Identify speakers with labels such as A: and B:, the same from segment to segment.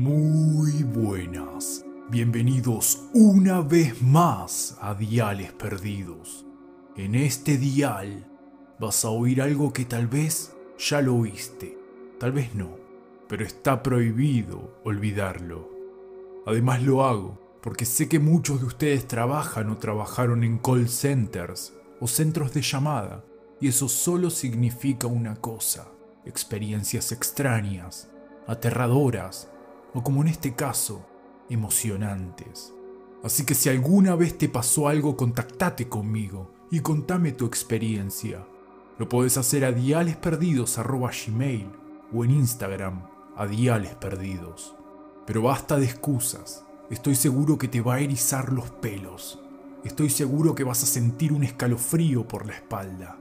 A: Muy buenas. Bienvenidos una vez más a Diales Perdidos. En este dial vas a oír algo que tal vez ya lo oíste, tal vez no, pero está prohibido olvidarlo. Además lo hago porque sé que muchos de ustedes trabajan o trabajaron en call centers o centros de llamada y eso solo significa una cosa, experiencias extrañas, aterradoras, o como en este caso, emocionantes. Así que si alguna vez te pasó algo, contactate conmigo y contame tu experiencia. Lo podés hacer a dialesperdidos.gmail o en Instagram a dialesperdidos. Pero basta de excusas. Estoy seguro que te va a erizar los pelos. Estoy seguro que vas a sentir un escalofrío por la espalda.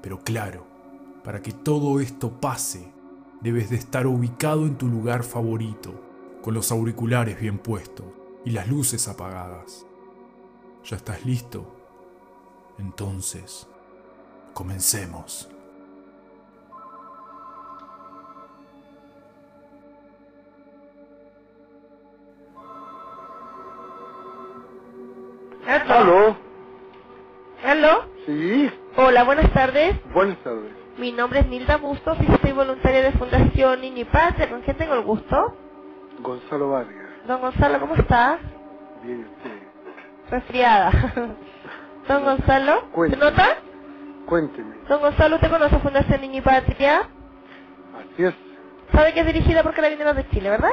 A: Pero claro, para que todo esto pase, debes de estar ubicado en tu lugar favorito, con los auriculares bien puestos y las luces apagadas. ¿Ya estás listo? Entonces, comencemos.
B: Aló,
C: ¿Aló?
B: sí,
C: Hola, buenas tardes.
B: buenas tardes.
C: Mi nombre es Nilda Bustos y soy voluntaria de Fundación Niño y Padre. ¿Con quién tengo el gusto?
B: Gonzalo Vargas,
C: Don Gonzalo, ¿cómo está?
B: bien este, ¿y usted.
C: Resfriada. Don Gonzalo, ¿se
B: Cuénteme.
C: nota?
B: Cuénteme,
C: Don Gonzalo, ¿usted conoce Fundación Niño y Patria?
B: así es,
C: Sabe que es dirigida por Carabineros de Chile, ¿verdad?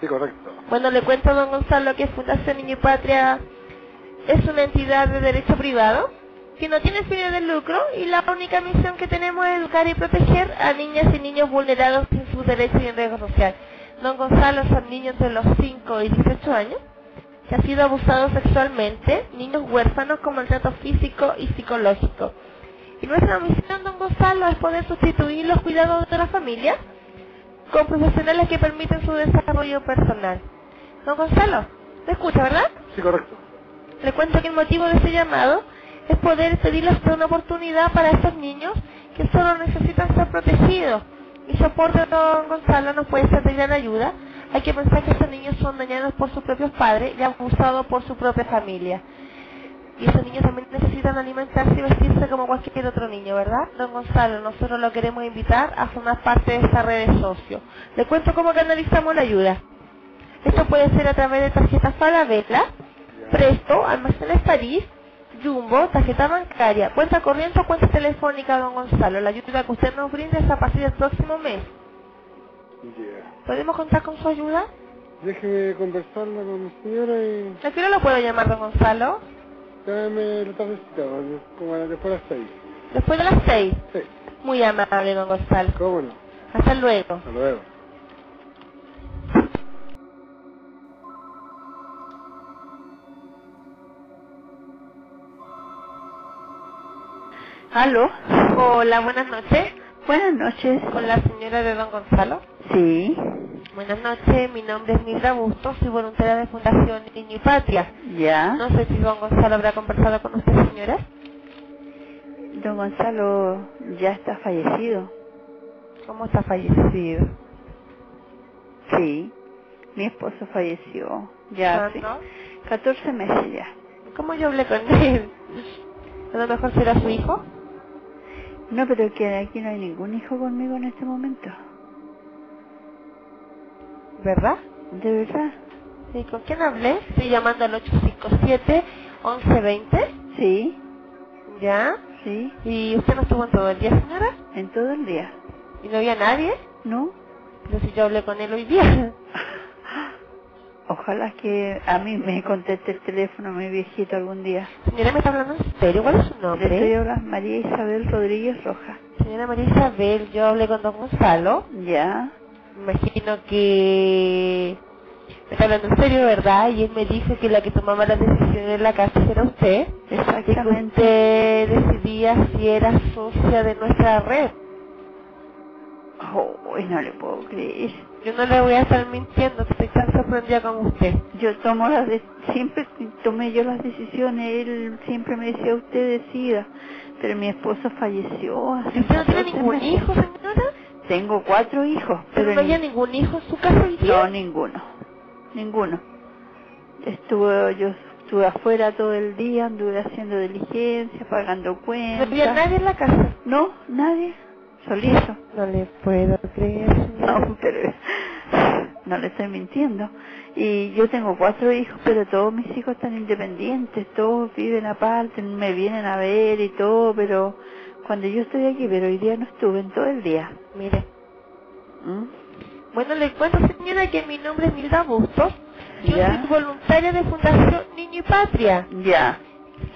B: sí, correcto.
C: Bueno, le cuento a don Gonzalo que Fundación Niño y Patria es una entidad de derecho privado que no tiene fines de lucro y la única misión que tenemos es educar y proteger a niñas y niños vulnerados en sus derechos y en riesgo social. Don Gonzalo son niños de los 5 y 18 años que han sido abusados sexualmente, niños huérfanos con maltrato físico y psicológico. Y nuestra misión, don Gonzalo, es poder sustituir los cuidados de la familia con profesionales que permiten su desarrollo personal. Don Gonzalo, ¿me escucha, verdad?
B: Sí, correcto.
C: Le cuento que el motivo de este llamado es poder pedirles una oportunidad para estos niños que solo necesitan ser protegidos. Mi soporte, don Gonzalo, nos puede ser de gran ayuda. Hay que pensar que estos niños son dañados por sus propios padres y abusados por su propia familia. Y esos niños también necesitan alimentarse y vestirse como cualquier otro niño, ¿verdad? Don Gonzalo, nosotros lo queremos invitar a formar parte de esta red de socios. Le cuento cómo canalizamos la ayuda. Esto puede ser a través de tarjetas Falabella, Presto, Almacenes París, Jumbo, tarjeta bancaria, cuenta corriente o cuenta telefónica, don Gonzalo. La ayuda que usted nos brinda es a partir del próximo mes.
B: Ya.
C: ¿Podemos contar con su ayuda?
B: Déjeme conversarla con mi señora y
C: ¿A qué hora lo puedo llamar, don Gonzalo?
B: dame la tardecita, como a la- después de las seis.
C: Después de las seis.
B: Sí,
C: Muy amable, don Gonzalo.
B: cómo no.
C: Hasta luego.
B: Hasta luego.
D: Aló,
C: Hola, buenas noches.
D: buenas noches.
C: Con la señora de don Gonzalo.
D: Sí,
C: Buenas noches, mi nombre es Mildra Bustos, soy voluntaria de Fundación Niño y Patria.
D: ya.
C: No sé si don Gonzalo habrá conversado con usted, señora.
D: Don Gonzalo ya está fallecido.
C: ¿Cómo está fallecido?
D: Sí, mi esposo falleció ya hace
C: ¿Cuándo?
D: 14 meses ya.
C: ¿Cómo yo hablé con él? A lo mejor será su hijo.
D: No, pero que aquí no hay ningún hijo conmigo en este momento.
C: ¿Verdad?
D: ¿De verdad?
C: ¿Y con quién hablé? Estoy llamando al 857-1120.
D: Sí,
C: ¿Ya?
D: sí,
C: ¿Y usted no estuvo en todo el día, señora?
D: en todo el día.
C: ¿Y no había nadie?
D: ¿No?
C: Pero si yo hablé con él hoy día.
D: Ojalá que a mí me conteste el teléfono mi viejito algún día.
C: Señora, ¿me está hablando en serio? ¿Cuál es su
D: Le estoy
C: nombre?
D: hablando María Isabel Rodríguez Roja.
C: Señora María Isabel, yo hablé con don Gonzalo.
D: Ya,
C: Me imagino que... Me está hablando en serio, ¿verdad? Y él me dijo que la que tomaba las decisiones en la casa era usted. de que
D: exactamente.
C: usted decidía si era socia de nuestra red.
D: Uy, no le puedo creer.
C: Yo no le voy a estar mintiendo, estoy tan sorprendida como usted.
D: Yo tomo las de- siempre tomé yo las decisiones, él siempre me decía usted decida, pero mi esposo falleció hace
C: ¿Y usted no tiene
D: 14
C: ningún
D: meses.
C: hijo, señora?
D: Tengo cuatro hijos,
C: Pero
D: pero
C: no había
D: ni-
C: ningún hijo en su casa hoy día.
D: no ninguno, ninguno. Estuve yo estuve afuera todo el día, anduve haciendo diligencias, pagando
C: No había
D: cuentas.
C: nadie en la casa.
D: No, nadie, solito.
C: No le puedo creer. señora.
D: No, pero no le estoy mintiendo. Y yo tengo cuatro hijos, pero todos mis hijos están independientes, todos viven aparte, me vienen a ver y todo, pero cuando yo estoy aquí, pero hoy día no estuve en todo el día.
C: Mire.
D: ¿Mm?
C: Bueno, le cuento, señora, que mi nombre es Milda Bustos. Yo
D: Ya.
C: soy voluntaria de Fundación Niño y Patria.
D: Ya,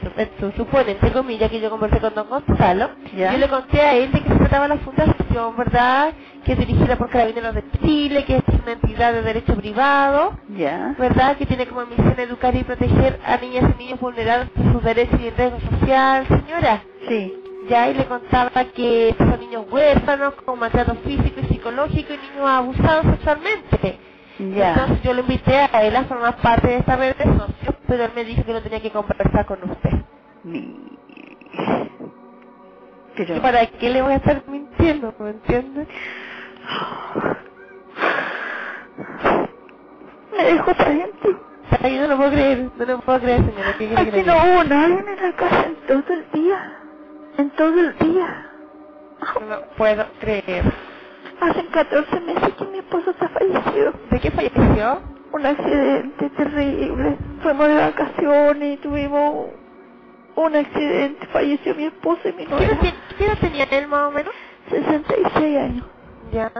C: Sup- su- Supone, entre comillas, que yo conversé con don Gonzalo.
D: Ya.
C: Yo le conté a él de que se trataba la fundación, ¿verdad? Que es dirigida por Carabineros de Chile, que es una entidad de derecho privado,
D: ya,
C: ¿verdad? Que tiene como misión educar y proteger a niñas y niños vulnerables de sus derechos y en riesgo social, señora.
D: sí,
C: Ya, y le contaba que son niños huérfanos, con maltrato físico y psicológico y niños abusados sexualmente.
D: ya,
C: Entonces yo lo invité a él a formar parte de esta red de socios, pero él me dijo que no tenía que conversar con usted.
D: mi...
C: ¿Y
D: Pero...
C: para qué le voy a estar mintiendo? ¿Me entiendes?
D: Me dejó adentro.
C: Ay, no lo puedo creer, no lo puedo creer, señora. ¿Qué quiere que
D: Aquí
C: le
D: no
C: diga?
D: hubo nadie en la casa en todo el día. En todo el día.
C: No lo puedo creer.
D: Hace 14 meses que mi esposo está fallecido.
C: ¿De qué falleció?
D: Un accidente terrible. Fuimos de vacaciones y tuvimos un accidente. Falleció mi esposo y mi
C: ¿Qué edad
D: novia.
C: te- ¿Qué edad tenía él más o menos?
D: 66 años.
C: Ya.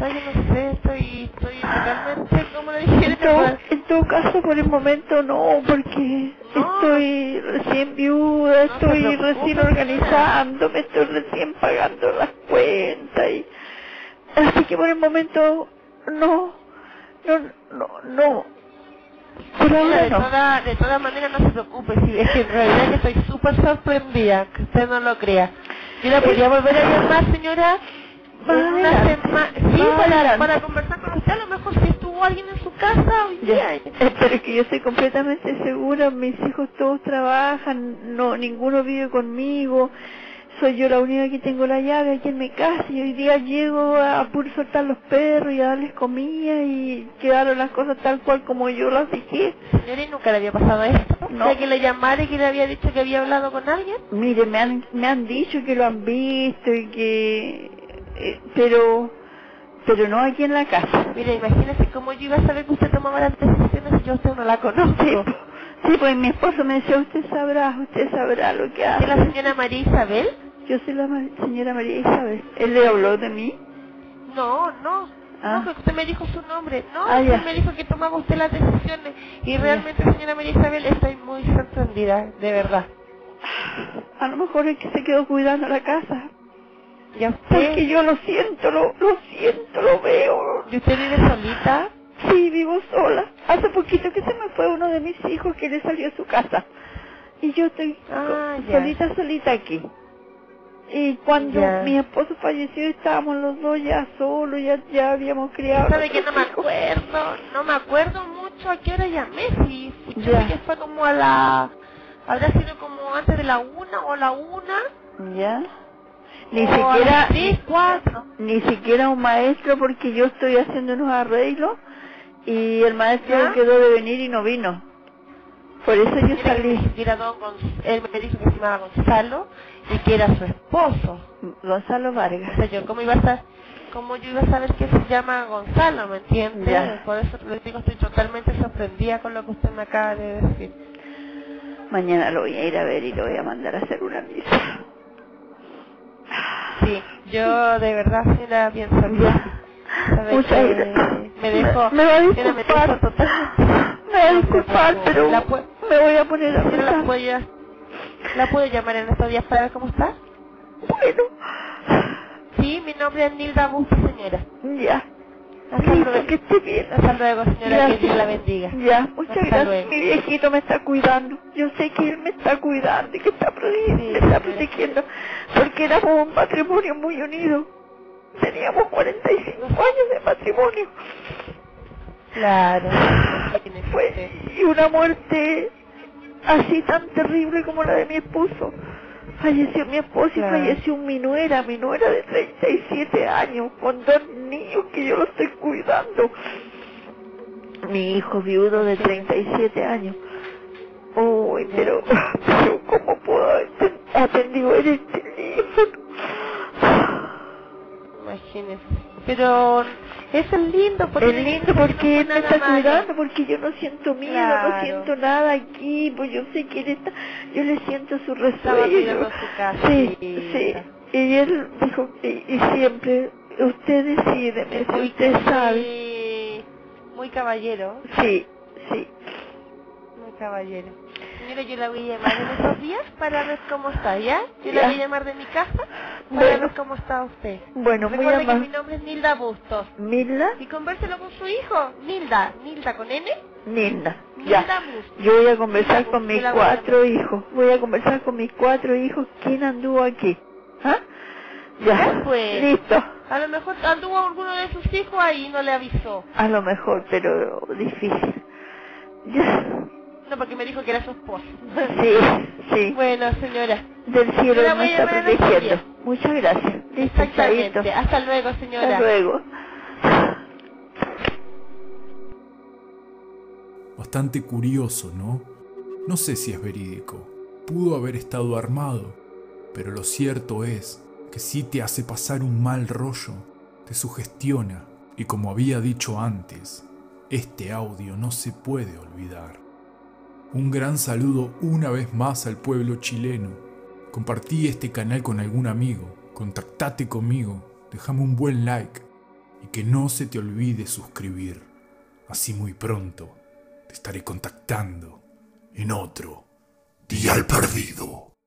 C: Ay, yo no sé, estoy, estoy totalmente, como le dije,
D: En todo, en todo caso, por el momento no, porque
C: No.
D: estoy recién viuda,
C: No se
D: estoy
C: preocupe,
D: recién
C: señora.
D: organizándome, estoy recién pagando las cuentas. Y... Así que por el momento no, no, no, no. Por ahora
C: de
D: no.
C: todas de toda maneras no se preocupe, si es que en realidad que estoy súper sorprendida, que usted no lo crea. Yo la podría volver a llamar, señora,
D: Va
C: en una
D: adelante,
C: sema-
D: va
C: sí, para,
D: adelante.
C: para conversar con usted, a lo mejor si estuvo alguien en su casa hoy
D: Ya,
C: día.
D: eh, pero es que yo estoy completamente segura, mis hijos todos trabajan, no ninguno vive conmigo, soy yo la única que tengo la llave aquí en mi casa y hoy día llego a, puro soltar los perros y a darles comida y quedaron las cosas tal cual como yo las dije.
C: Señora, ¿y nunca le había pasado esto?
D: No.
C: O sea, que le llamara y que le había dicho que había hablado con alguien.
D: Mire, me han, me han dicho que lo han visto y que... eh, pero... pero no aquí en la casa.
C: Mire, imagínese cómo yo iba a saber que usted tomaba las decisiones si yo a usted no la conozco.
D: Sí, po- sí, pues mi esposo me decía, usted sabrá, usted sabrá lo que hace.
C: ¿Es la señora María Isabel?
D: Yo soy la ma- señora María Isabel. ¿Él le habló de mí?
C: No, no.
D: Ah.
C: No, que usted me dijo su nombre. No,
D: Ah,
C: usted
D: ya.
C: me dijo que tomaba usted las decisiones. Y
D: Ya.
C: realmente, señora María Isabel, estoy muy sorprendida, de verdad.
D: A lo mejor es que se quedó cuidando la casa.
C: ¿Y a usted?
D: Porque yo lo siento, lo, lo siento, lo veo.
C: ¿Y usted vive solita?
D: Sí, vivo sola. Hace poquito que se me fue uno de mis hijos que le salió a su casa. Y yo estoy co-
C: Ah, ya.
D: solita, solita aquí. Y cuando
C: Ya.
D: mi esposo falleció estábamos los dos ya solos, ya, ya habíamos criado.
C: ¿Sabe que no me
D: nuestros hijos.
C: acuerdo? No me acuerdo mucho a qué hora llamé. Si, si yo
D: Ya.
C: vi que fue como a la... Habrá sido como antes de la una o la una.
D: Ya. Ni
C: o a
D: siquiera...
C: las tres, cuatro.
D: ni siquiera un maestro porque yo estoy haciendo unos arreglos y el maestro
C: ¿Ya?
D: quedó de venir y no vino. Por eso yo
C: Mira que
D: salí.
C: ni siquiera don Gonz- Él me dijo que se llamaba Gonzalo y que era su esposo.
D: Gonzalo
C: O sea,
D: Vargas.
C: yo cómo iba a sa- cómo yo iba a saber que se llama Gonzalo, ¿me entiendes?
D: Ya.
C: Por eso le digo, estoy totalmente sorprendida con lo que usted me acaba de decir.
D: Mañana lo voy a ir a ver y lo voy a mandar a hacer una misa.
C: Sí, yo de verdad sí la pienso.
D: Ya.
C: Sabe
D: Muchas
C: que
D: gracias.
C: eh, me dejó-
D: me, me va a
C: mira, me
D: disculpar.
C: dejó totalmente-
D: Me va a
C: No se
D: disculpar,
C: preocupe.
D: pero
C: La pu-
D: me voy a poner a
C: Pero la
D: rezar.
C: puedo, ya- la puedo llamar en estos días para ver cómo está.
D: Bueno.
C: Sí, mi nombre es Nilda Busto, señora.
D: Ya.
C: Hasta
D: Listo,
C: luego.
D: que esté bien.
C: Hasta luego, señora. Que Dios la bendiga.
D: Ya, muchas
C: Hasta
D: gracias.
C: luego.
D: Mi viejito me está cuidando. Yo sé que él me está cuidando y que está, prote-
C: Sí,
D: me está
C: sí.
D: protegiendo. Porque éramos un matrimonio muy unido. Teníamos 45 años de matrimonio.
C: Claro. imagínese
D: Fue,
C: usted.
D: y una muerte así tan terrible como la de mi esposo. Falleció mi esposo
E: Claro.
D: y falleció mi nuera, mi nuera de 37 años, con dos niños que yo los estoy cuidando. Mi hijo viudo de 37 años. Uy, pero, pero ¿cómo puedo haber atendido en el teléfono?
C: Imagínese. Pero eso es lindo porque...
D: Es lindo porque él
C: no
D: me
C: fue
D: está
C: nada malo.
D: cuidando, porque yo no siento miedo,
E: Claro.
D: no siento nada aquí, pues yo sé que él está, yo le siento su
E: Estaba cuidando
D: resuello.
E: su casa,
D: Sí,
E: sí.
D: sí. Y él dijo, y, y siempre, usted decide, me dice,
C: Muy-
D: usted sabe.
C: muy- Muy caballero,
D: Sí, sí.
C: muy caballero. Señora, yo la voy a llamar en estos días para ver cómo está, ¿ya? Yo la
D: Ya.
C: voy a llamar de mi casa para
D: Bueno.
C: ver cómo está usted.
D: Bueno, muy
C: Recuerde que mi
D: amable.
C: nombre es Nilda Bustos.
D: Milda,
C: Y convérselo con su hijo, Nilda. Nilda con N.
D: Nilda,
C: Nilda
D: ya.
C: Bustos.
D: Yo voy a conversar con
C: Bustos,
D: mis
C: la voy a
D: cuatro hijos, voy a conversar con mis cuatro hijos, ¿quién anduvo aquí? ¿Ah?
C: Ya,
D: Ya,
C: pues.
D: listo.
C: A lo mejor anduvo alguno de sus hijos ahí y no le avisó.
D: A lo mejor, pero difícil. Ya.
C: No, porque me dijo que era su esposa.
D: Sí, sí.
C: Bueno, señora.
D: Del cielo
C: Yo la
D: me
C: voy a
D: está
C: llamar en estos
D: protegiendo. Muchas gracias. Listo, chaito.
C: Exactamente. Hasta luego, señora.
D: Hasta luego.
A: Bastante curioso, ¿no? No sé si es verídico. Pudo haber estado armado, pero lo cierto es que sí te hace pasar un mal rollo, te sugestiona, y como había dicho antes, este audio no se puede olvidar. Un gran saludo una vez más al pueblo chileno. Compartí este canal con algún amigo, contactate conmigo, déjame un buen like y que no se te olvide suscribir. Así muy pronto te estaré contactando en otro Día al Perdido.